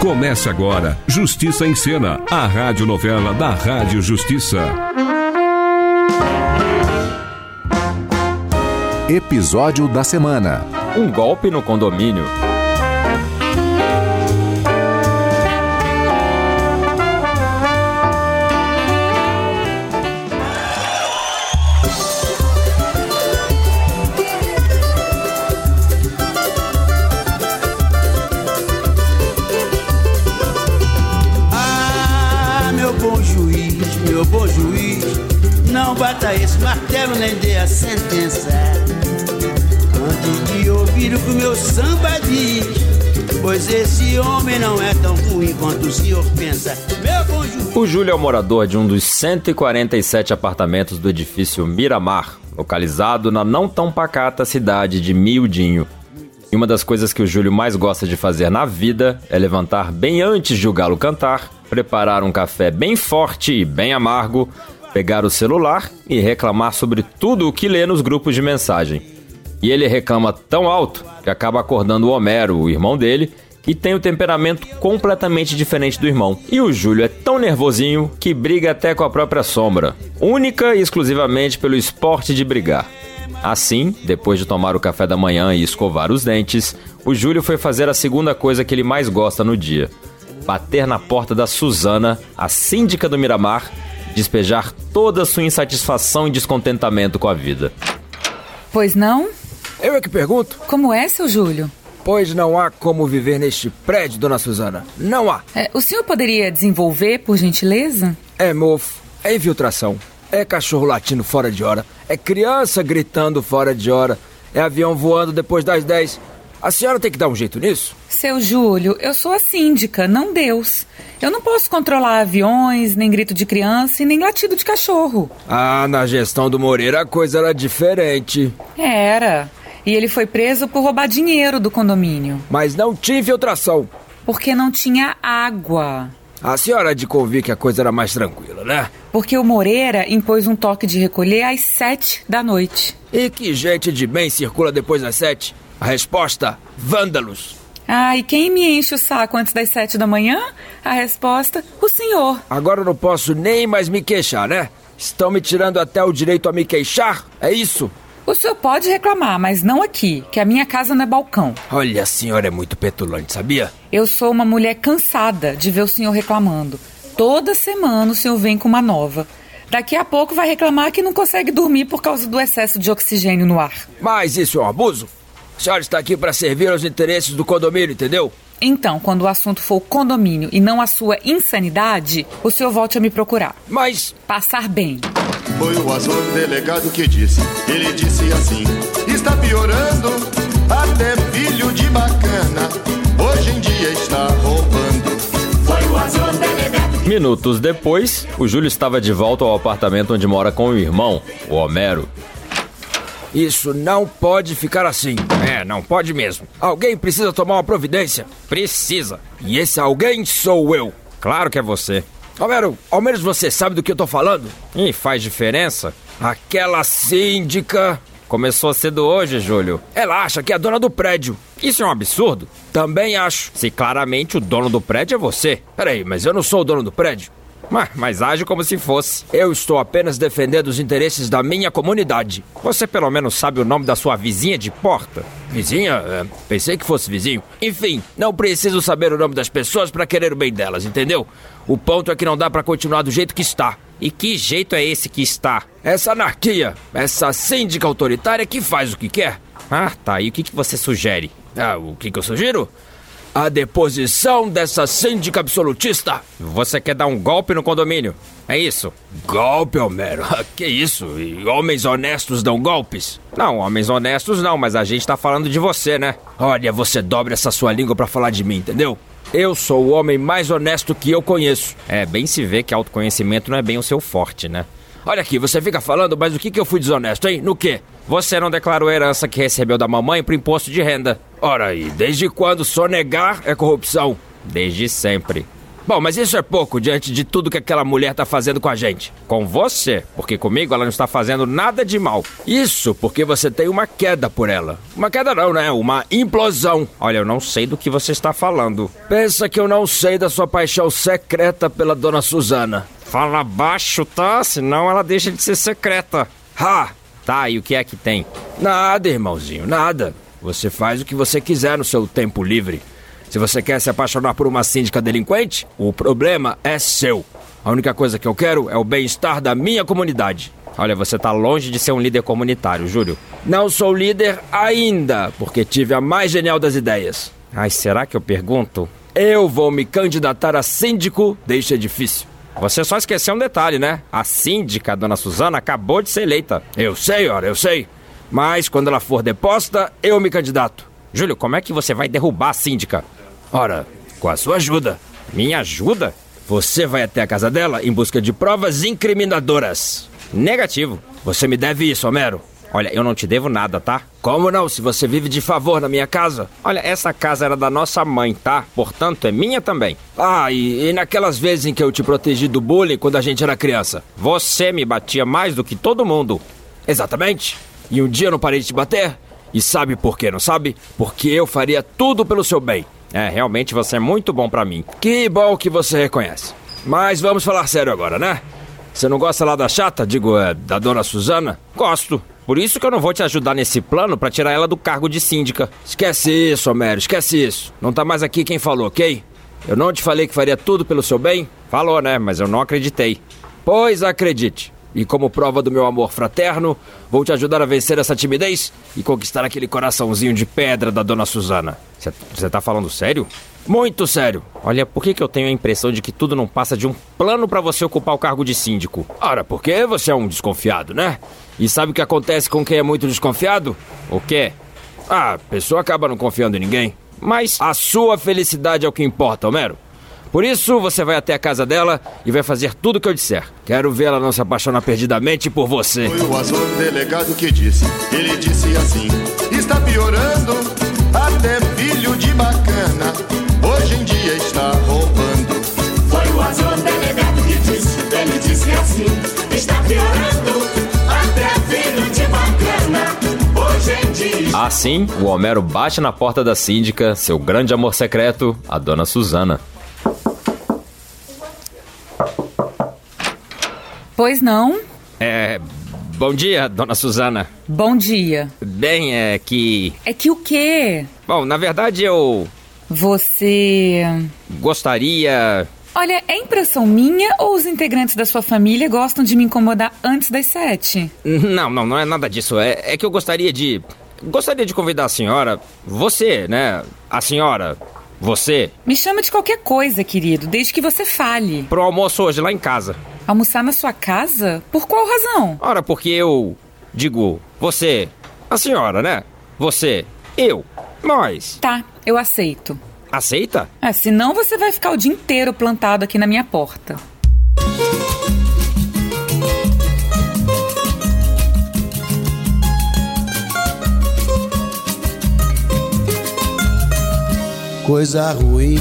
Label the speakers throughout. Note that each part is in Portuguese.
Speaker 1: Começa agora Justiça em Cena, a radionovela da Rádio Justiça.
Speaker 2: Episódio da semana.
Speaker 3: Um golpe no condomínio.
Speaker 4: Ah, meu bom juiz, meu bom juiz, não bata esse martelo nem dê a sentença. Antes de ouvir o que o meu samba diz, pois esse homem não é tão ruim quanto o senhor pensa. Meu bom juiz.
Speaker 3: O Júlio é o morador de um dos 147 apartamentos do edifício Miramar, localizado na não tão pacata cidade de Miudinho. E uma das coisas que o Júlio mais gosta de fazer na vida é levantar bem antes de o galo cantar, preparar um café bem forte e bem amargo, pegar o celular e reclamar sobre tudo o que lê nos grupos de mensagem. E ele reclama tão alto que acaba acordando o Homero, o irmão dele, que tem um temperamento completamente diferente do irmão. E o Júlio é tão nervosinho que briga até com a própria sombra, única e exclusivamente pelo esporte de brigar. Assim, depois de tomar o café da manhã e escovar os dentes, o Júlio foi fazer a segunda coisa que ele mais gosta no dia: bater na porta da Suzana, a síndica do Miramar, despejar toda a sua insatisfação e descontentamento com a vida.
Speaker 5: Pois não?
Speaker 6: Eu é que pergunto,
Speaker 5: Como é, seu Júlio?
Speaker 6: pois não há como viver neste prédio, dona Suzana. Não há.
Speaker 5: É, o senhor poderia desenvolver, por gentileza?
Speaker 6: É mofo, é infiltração, é cachorro latindo fora de hora, é criança gritando fora de hora, é avião voando depois das 10. A senhora tem que dar um jeito nisso?
Speaker 5: Seu Júlio, eu sou a síndica, não Deus. Eu não posso controlar aviões, nem grito de criança e nem latido de cachorro.
Speaker 6: Ah, na gestão do Moreira a coisa era diferente.
Speaker 5: Era. E ele foi preso por roubar dinheiro do condomínio,
Speaker 6: Mas não tinha infiltração.
Speaker 5: porque não tinha água.
Speaker 6: A senhora há de convir que a coisa era mais tranquila, né?
Speaker 5: Porque o Moreira impôs um toque de recolher às sete da noite.
Speaker 6: E que gente de bem circula depois das sete? A resposta: vândalos.
Speaker 5: Ah, e quem me enche o saco antes das sete da manhã? A resposta, o senhor.
Speaker 6: Agora eu não posso nem mais me queixar, né? Estão me tirando até o direito a me queixar? É isso?
Speaker 5: O senhor pode reclamar, mas não aqui, que a minha casa não é balcão.
Speaker 6: Olha, a senhora é muito petulante, sabia?
Speaker 5: Eu sou uma mulher cansada de ver o senhor reclamando. Toda semana o senhor vem com uma nova. Daqui a pouco vai reclamar que não consegue dormir por causa do excesso de oxigênio no ar.
Speaker 6: Mas isso é um abuso? A senhora está aqui para servir aos interesses do condomínio, entendeu?
Speaker 5: Então, quando o assunto for o condomínio e não a sua insanidade, o senhor volte a me procurar.
Speaker 6: Mas.
Speaker 5: Passar bem.
Speaker 7: Foi o azul delegado que disse, ele disse assim: está piorando, até filho de bacana, hoje em dia está roubando.
Speaker 3: Minutos depois, o Júlio estava de volta ao apartamento onde mora com o irmão, o Homero.
Speaker 6: Isso não pode ficar assim. É, não pode mesmo. Alguém precisa tomar uma providência. Precisa. E esse alguém sou eu.
Speaker 3: Claro que é você.
Speaker 6: Romero, ao menos você sabe do que eu tô falando?
Speaker 3: E faz diferença?
Speaker 6: Aquela síndica.
Speaker 3: Começou cedo hoje, Júlio.
Speaker 6: Ela acha que é a dona do prédio.
Speaker 3: Isso é um absurdo.
Speaker 6: Também acho.
Speaker 3: Se claramente o dono do prédio é você.
Speaker 6: Peraí, mas eu não sou o dono do prédio.
Speaker 3: Mas, mas age como se fosse.
Speaker 6: Eu estou apenas defendendo os interesses da minha comunidade.
Speaker 3: Você pelo menos sabe o nome da sua vizinha de porta?
Speaker 6: Vizinha? É, pensei que fosse vizinho. Enfim, não preciso saber o nome das pessoas para querer o bem delas, entendeu? O ponto é que não dá para continuar do jeito que está.
Speaker 3: E que jeito é esse que está?
Speaker 6: Essa anarquia, essa síndica autoritária que faz o que quer.
Speaker 3: Ah, tá. E o que, que você sugere?
Speaker 6: Ah, o que, que eu sugiro? A deposição dessa síndica absolutista.
Speaker 3: Você quer dar um golpe no condomínio? É isso? Ah,
Speaker 6: Golpe, Homero. Que isso? E homens honestos dão golpes?
Speaker 3: Não, homens honestos não, mas a gente tá falando de você, né?
Speaker 6: Olha, você dobra essa sua língua pra falar de mim, entendeu? Eu sou o homem mais honesto que eu conheço.
Speaker 3: É, bem se vê que autoconhecimento não é bem o seu forte, né?
Speaker 6: Olha aqui, você fica falando, mas o que, que eu fui desonesto, hein? No quê?
Speaker 3: Você não declarou a herança que recebeu da mamãe pro imposto de renda.
Speaker 6: Ora aí, desde quando sonegar é corrupção?
Speaker 3: Desde sempre.
Speaker 6: Bom, mas isso é pouco diante de tudo que aquela mulher tá fazendo com a gente.
Speaker 3: Com você, porque comigo ela não está fazendo nada de mal.
Speaker 6: Isso porque você tem uma queda por ela. Uma queda não, né? Uma implosão.
Speaker 3: Olha, eu não sei do que você está falando.
Speaker 6: Pensa que eu não sei da sua paixão secreta pela dona Suzana.
Speaker 3: Fala baixo, tá? Senão ela deixa de ser secreta.
Speaker 6: Ha!
Speaker 3: Tá, e o que é que tem?
Speaker 6: Nada, irmãozinho, nada. Você faz o que você quiser no seu tempo livre. Se você quer se apaixonar por uma síndica delinquente, o problema é seu. A única coisa que eu quero é o bem-estar da minha comunidade.
Speaker 3: Olha, você tá longe de ser um líder comunitário, Júlio.
Speaker 6: Não sou líder ainda, porque tive a mais genial das ideias.
Speaker 3: Ai, será que eu pergunto?
Speaker 6: Eu vou me candidatar a síndico deste edifício.
Speaker 3: Você só esqueceu um detalhe, né? A síndica, a dona Suzana, acabou de ser eleita.
Speaker 6: Eu sei, ora, eu sei. Mas quando ela for deposta, eu me candidato.
Speaker 3: Júlio, como é que você vai derrubar a síndica?
Speaker 6: Ora, com a sua ajuda.
Speaker 3: Minha ajuda?
Speaker 6: Você vai até a casa dela em busca de provas incriminadoras.
Speaker 3: Negativo.
Speaker 6: Você me deve isso, Homero.
Speaker 3: Olha, eu não te devo nada, tá?
Speaker 6: Como não, se você vive de favor na minha casa?
Speaker 3: Olha, essa casa era da nossa mãe, tá? Portanto, é minha também.
Speaker 6: Ah, e, e naquelas vezes em que eu te protegi do bullying quando a gente era criança?
Speaker 3: Você me batia mais do que todo mundo.
Speaker 6: Exatamente. E um dia eu não parei de te bater? E sabe por quê, não sabe? Porque eu faria tudo pelo seu bem.
Speaker 3: É, realmente você é muito bom para mim.
Speaker 6: Que bom que você reconhece. Mas vamos falar sério agora, né? Você não gosta lá da chata? Digo, é, da dona Suzana?
Speaker 3: Gosto. Por isso que eu não vou te ajudar nesse plano para tirar ela do cargo de síndica.
Speaker 6: Esquece isso, Homero, esquece isso. Não tá mais aqui quem falou, ok? Eu não te falei que faria tudo pelo seu bem?
Speaker 3: Falou, né? Mas eu não acreditei.
Speaker 6: Pois acredite. E como prova do meu amor fraterno, vou te ajudar a vencer essa timidez e conquistar aquele coraçãozinho de pedra da dona Suzana.
Speaker 3: Você tá falando sério?
Speaker 6: Muito sério.
Speaker 3: Olha, por que, que eu tenho a impressão de que tudo não passa de um plano para você ocupar o cargo de síndico?
Speaker 6: Ora, porque você é um desconfiado, né? E sabe o que acontece com quem é muito desconfiado?
Speaker 3: O quê?
Speaker 6: Ah, a pessoa acaba não confiando em ninguém.
Speaker 3: Mas
Speaker 6: a sua felicidade é o que importa, Homero. Por isso, você vai até a casa dela e vai fazer tudo o que eu disser. Quero ver ela não se apaixonar perdidamente por você.
Speaker 7: Foi o azul delegado que disse. Ele disse assim: está piorando, até filho de bacana. Hoje em dia está roubando.
Speaker 8: Foi o azul delegado que disse. Ele disse assim: está piorando, até filho de bacana.
Speaker 3: Assim, o Homero bate na porta da síndica, seu grande amor secreto, a dona Suzana.
Speaker 5: Pois não?
Speaker 3: É. Bom dia, dona Suzana.
Speaker 5: Bom dia.
Speaker 3: Bem, é que.
Speaker 5: É que o quê?
Speaker 3: Bom, na verdade eu.
Speaker 5: Você.
Speaker 3: Gostaria.
Speaker 5: Olha, é impressão minha ou os integrantes da sua família gostam de me incomodar antes das sete?
Speaker 3: Não, não, não é nada disso. É, é que eu gostaria de. Gostaria de convidar a senhora. Você, né? A senhora. Você.
Speaker 5: Me chama de qualquer coisa, querido, desde que você fale.
Speaker 3: Pro almoço hoje lá em casa.
Speaker 5: Almoçar na sua casa? Por qual razão?
Speaker 3: Ora, porque eu. Digo, você. A senhora, né? Você. Eu. Nós.
Speaker 5: Tá, eu aceito.
Speaker 3: Aceita?
Speaker 5: É, senão você vai ficar o dia inteiro plantado aqui na minha porta.
Speaker 4: Coisa ruim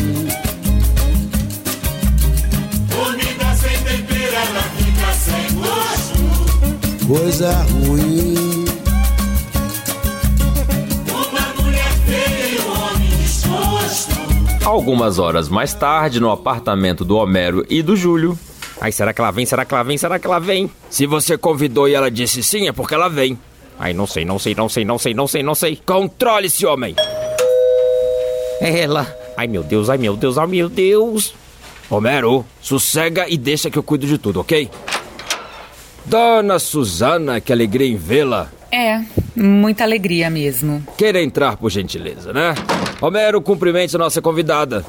Speaker 4: coisa ruim.
Speaker 8: Uma mulher feia e um homem disposto.
Speaker 3: Algumas horas mais tarde, no apartamento do Homero e do Júlio. Aí, será que ela vem? Será que ela vem? Será que ela vem?
Speaker 6: Se você convidou e ela disse sim, é porque ela vem.
Speaker 3: Aí, não sei, não sei, não sei, não sei, não sei, não sei.
Speaker 6: Controle-se, homem!
Speaker 3: Ela. Ai, meu Deus, ai, meu Deus, ai, meu Deus.
Speaker 6: Homero, sossega e deixa que eu cuido de tudo, ok? Dona Suzana, que alegria em vê-la.
Speaker 5: É, muita alegria mesmo.
Speaker 6: Queira entrar, por gentileza, né? Homero, cumprimente a nossa convidada.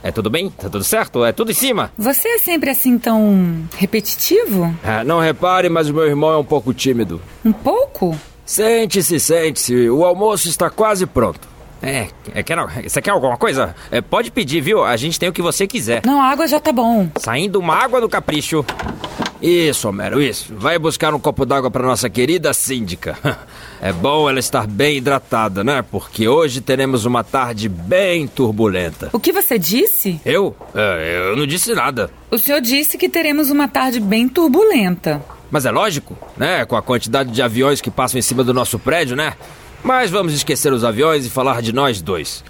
Speaker 3: É tudo bem? Tá tudo certo? É tudo em cima?
Speaker 5: Você é sempre assim tão repetitivo?
Speaker 6: Ah, não repare, mas o meu irmão é um pouco tímido.
Speaker 5: Um pouco?
Speaker 6: Sente-se, sente-se. O almoço está quase pronto.
Speaker 3: É, é quer, você quer alguma coisa? É, pode pedir, viu? A gente tem o que você quiser.
Speaker 5: Não, água já tá bom.
Speaker 3: Saindo uma água do capricho.
Speaker 6: Isso, Homero, isso. Vai buscar um copo d'água para nossa querida síndica. É bom ela estar bem hidratada, né? Porque hoje teremos uma tarde bem turbulenta.
Speaker 5: O que você disse?
Speaker 6: Eu? É, eu não disse nada.
Speaker 5: O senhor disse que teremos uma tarde bem turbulenta.
Speaker 6: Mas é lógico, né? Com a quantidade de aviões que passam em cima do nosso prédio, né? Mas vamos esquecer os aviões e falar de nós dois.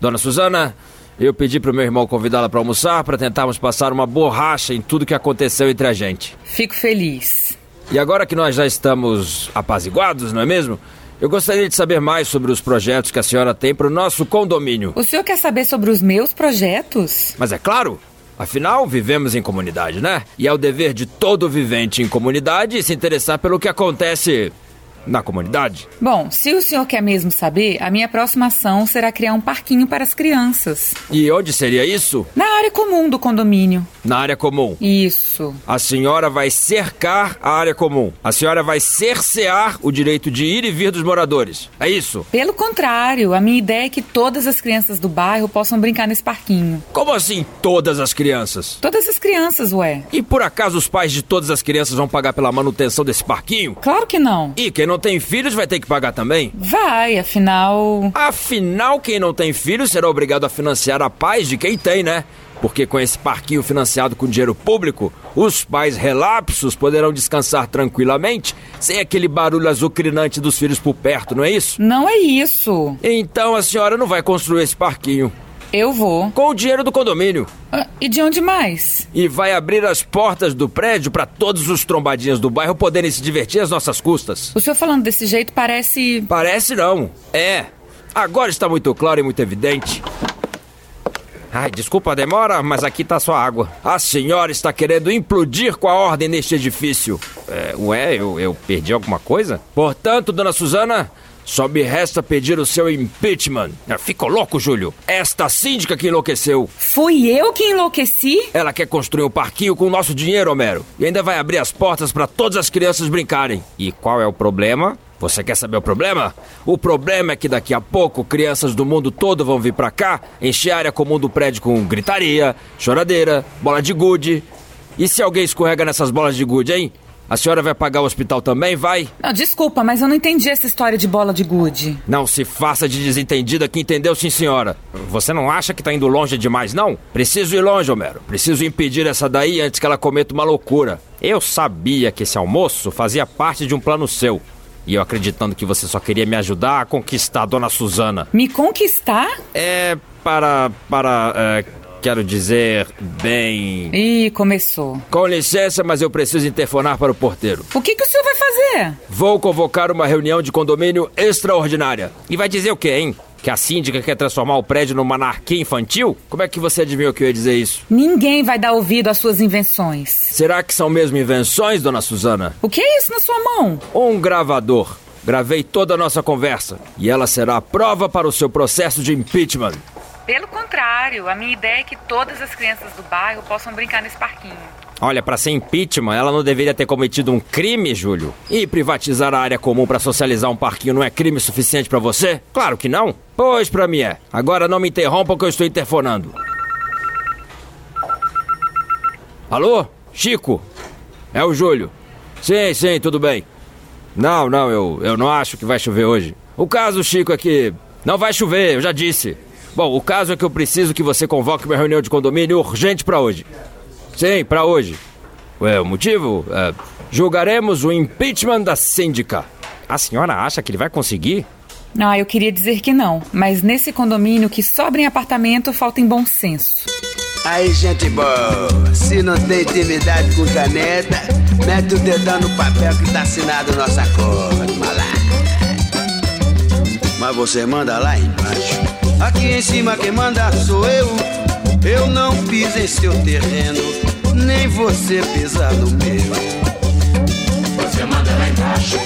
Speaker 6: Dona Suzana, eu pedi pro meu irmão convidá-la para almoçar para tentarmos passar uma borracha em tudo que aconteceu entre a gente.
Speaker 5: Fico feliz.
Speaker 6: E agora que nós já estamos apaziguados, não é mesmo? Eu gostaria de saber mais sobre os projetos que a senhora tem para o nosso condomínio.
Speaker 5: O senhor quer saber sobre os meus projetos?
Speaker 6: Mas é claro, Afinal, vivemos em comunidade, né? E é o dever de todo vivente em comunidade se interessar pelo que acontece na comunidade.
Speaker 5: Bom, se o senhor quer mesmo saber, a minha próxima ação será criar um parquinho para as crianças.
Speaker 6: E onde seria isso?
Speaker 5: Na área comum do condomínio.
Speaker 6: Na área comum.
Speaker 5: Isso.
Speaker 6: A senhora vai cercar a área comum. A senhora vai cercear o direito de ir e vir dos moradores. É isso?
Speaker 5: Pelo contrário, a minha ideia é que todas as crianças do bairro possam brincar nesse parquinho.
Speaker 6: Como assim todas as crianças?
Speaker 5: Todas as crianças, ué.
Speaker 6: E por acaso os pais de todas as crianças vão pagar pela manutenção desse parquinho?
Speaker 5: Claro que não.
Speaker 6: E quem não tem filhos vai ter que pagar também?
Speaker 5: Vai, afinal.
Speaker 6: Afinal, quem não tem filhos será obrigado a financiar a paz de quem tem, né? Porque com esse parquinho financiado com dinheiro público, os pais relapsos poderão descansar tranquilamente, sem aquele barulho azucrinante dos filhos por perto, não é isso?
Speaker 5: Não é isso.
Speaker 6: Então a senhora não vai construir esse parquinho.
Speaker 5: Eu vou.
Speaker 6: Com o dinheiro do condomínio.
Speaker 5: Ah, e de onde mais?
Speaker 6: E vai abrir as portas do prédio para todos os trombadinhas do bairro poderem se divertir às nossas custas.
Speaker 5: O senhor falando desse jeito parece.
Speaker 6: Parece não. É. Agora está muito claro e muito evidente. Ai, desculpa a demora, mas aqui tá sua água. A senhora está querendo implodir com a ordem neste edifício. É, ué, eu, eu perdi alguma coisa? Portanto, dona Suzana, só me resta pedir o seu impeachment. Ficou louco, Júlio? Esta síndica que enlouqueceu.
Speaker 5: Fui eu que enlouqueci?
Speaker 6: Ela quer construir o um parquinho com o nosso dinheiro, Homero. E ainda vai abrir as portas para todas as crianças brincarem. E qual é o problema? Você quer saber o problema? O problema é que daqui a pouco crianças do mundo todo vão vir para cá, encher a área comum do prédio com gritaria, choradeira, bola de gude. E se alguém escorrega nessas bolas de gude, hein? A senhora vai pagar o hospital também, vai?
Speaker 5: Não, desculpa, mas eu não entendi essa história de bola de gude.
Speaker 6: Não se faça de desentendida que entendeu sim, senhora. Você não acha que tá indo longe demais, não? Preciso ir longe, Homero. Preciso impedir essa daí antes que ela cometa uma loucura. Eu sabia que esse almoço fazia parte de um plano seu. E eu acreditando que você só queria me ajudar a conquistar a dona Suzana.
Speaker 5: Me conquistar?
Speaker 6: É, para. para. É, quero dizer, bem.
Speaker 5: Ih, começou.
Speaker 6: Com licença, mas eu preciso interfonar para o porteiro.
Speaker 5: O que, que o senhor vai fazer?
Speaker 6: Vou convocar uma reunião de condomínio extraordinária. E vai dizer o quê, hein? Que a síndica quer transformar o prédio numa anarquia infantil? Como é que você adivinhou que eu ia dizer isso?
Speaker 5: Ninguém vai dar ouvido às suas invenções.
Speaker 6: Será que são mesmo invenções, dona Suzana?
Speaker 5: O que é isso na sua mão?
Speaker 6: Um gravador. Gravei toda a nossa conversa. E ela será a prova para o seu processo de impeachment.
Speaker 5: Pelo contrário, a minha ideia é que todas as crianças do bairro possam brincar nesse parquinho.
Speaker 6: Olha, para ser impeachment, ela não deveria ter cometido um crime, Júlio? E privatizar a área comum para socializar um parquinho não é crime suficiente para você? Claro que não. Pois para mim é. Agora não me interrompam que eu estou interfonando. Alô? Chico? É o Júlio. Sim, sim, tudo bem. Não, não, eu, eu não acho que vai chover hoje. O caso, Chico, é que não vai chover, eu já disse. Bom, o caso é que eu preciso que você convoque uma reunião de condomínio urgente para hoje. Sim, para hoje. Ué, o motivo? É, julgaremos o impeachment da síndica. A senhora acha que ele vai conseguir?
Speaker 5: Ah, eu queria dizer que não, mas nesse condomínio que sobra em apartamento falta em bom senso.
Speaker 4: Aí, gente boa, se não tem intimidade com caneta, mete o dedão no papel que tá assinado nossa acordo, malaca. Mas você manda lá embaixo. Aqui em cima quem manda sou eu. Eu não piso em seu terreno, nem você pisar no meu.
Speaker 8: Você manda lá embaixo.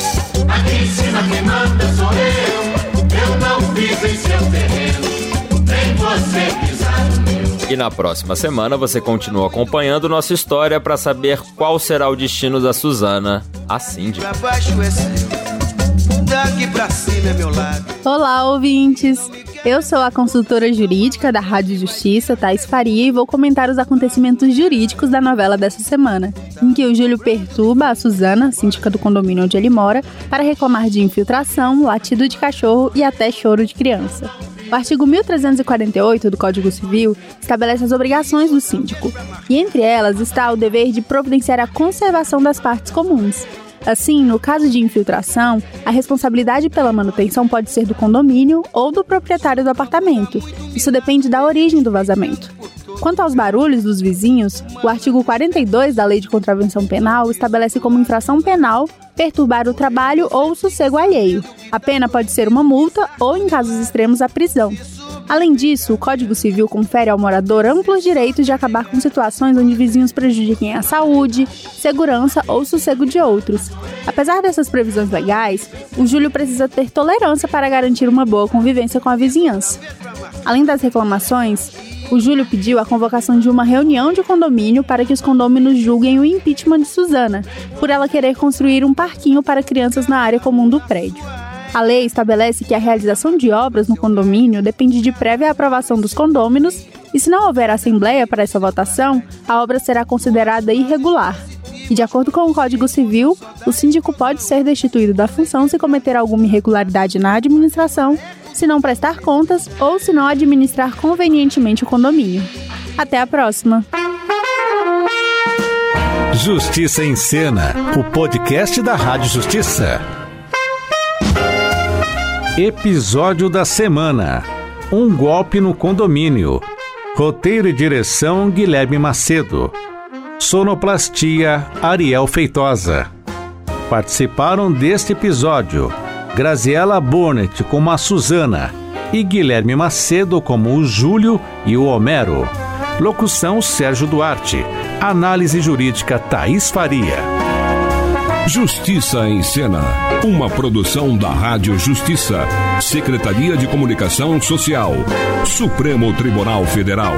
Speaker 8: Aqui em cima quem manda sou eu. Eu não piso em seu terreno, nem você pisar no meu.
Speaker 3: E na próxima semana você continua acompanhando nossa história para saber qual será o destino da Suzana, a Cindy.
Speaker 4: Pra baixo é seu, daqui pra cima é meu lado.
Speaker 9: Olá, ouvintes!
Speaker 5: Eu sou a consultora jurídica da Rádio Justiça, Thais Faria, e vou comentar os acontecimentos jurídicos da novela dessa semana, em que o Júlio perturba a Suzana, síndica do condomínio onde ele mora, para reclamar de infiltração, latido de cachorro e até choro de criança. O artigo 1348 do Código Civil estabelece as obrigações do síndico, e entre elas está o dever de providenciar a conservação das partes comuns, Assim, no caso de infiltração, a responsabilidade pela manutenção pode ser do condomínio ou do proprietário do apartamento. Isso depende da origem do vazamento. Quanto aos barulhos dos vizinhos, o artigo 42 da Lei de Contravenção Penal estabelece como infração penal perturbar o trabalho ou o sossego alheio. A pena pode ser uma multa ou, em casos extremos, a prisão. Além disso, o Código Civil confere ao morador amplos direitos de acabar com situações onde vizinhos prejudiquem a saúde, segurança ou sossego de outros. Apesar dessas previsões legais, o Júlio precisa ter tolerância para garantir uma boa convivência com a vizinhança. Além das reclamações, o Júlio pediu a convocação de uma reunião de condomínio para que os condôminos julguem o impeachment de Suzana, por ela querer construir um parquinho para crianças na área comum do prédio. A lei estabelece que a realização de obras no condomínio depende de prévia aprovação dos condôminos e, se não houver assembleia para essa votação, a obra será considerada irregular. E, de acordo com o Código Civil, o síndico pode ser destituído da função se cometer alguma irregularidade na administração, se não prestar contas ou se não administrar convenientemente o condomínio. Até a próxima!
Speaker 10: Justiça em Cena, o podcast da Rádio Justiça. Episódio da semana: Um golpe no condomínio. Roteiro e direção Guilherme Macedo. Sonoplastia Ariel Feitosa. Participaram deste episódio Graziela Burnett como a Suzana e Guilherme Macedo como o Júlio e o Homero. Locução Sérgio Duarte. Análise jurídica Thaís Faria.
Speaker 1: Justiça em Cena. Uma produção da Rádio Justiça. Secretaria de Comunicação Social. Supremo Tribunal Federal.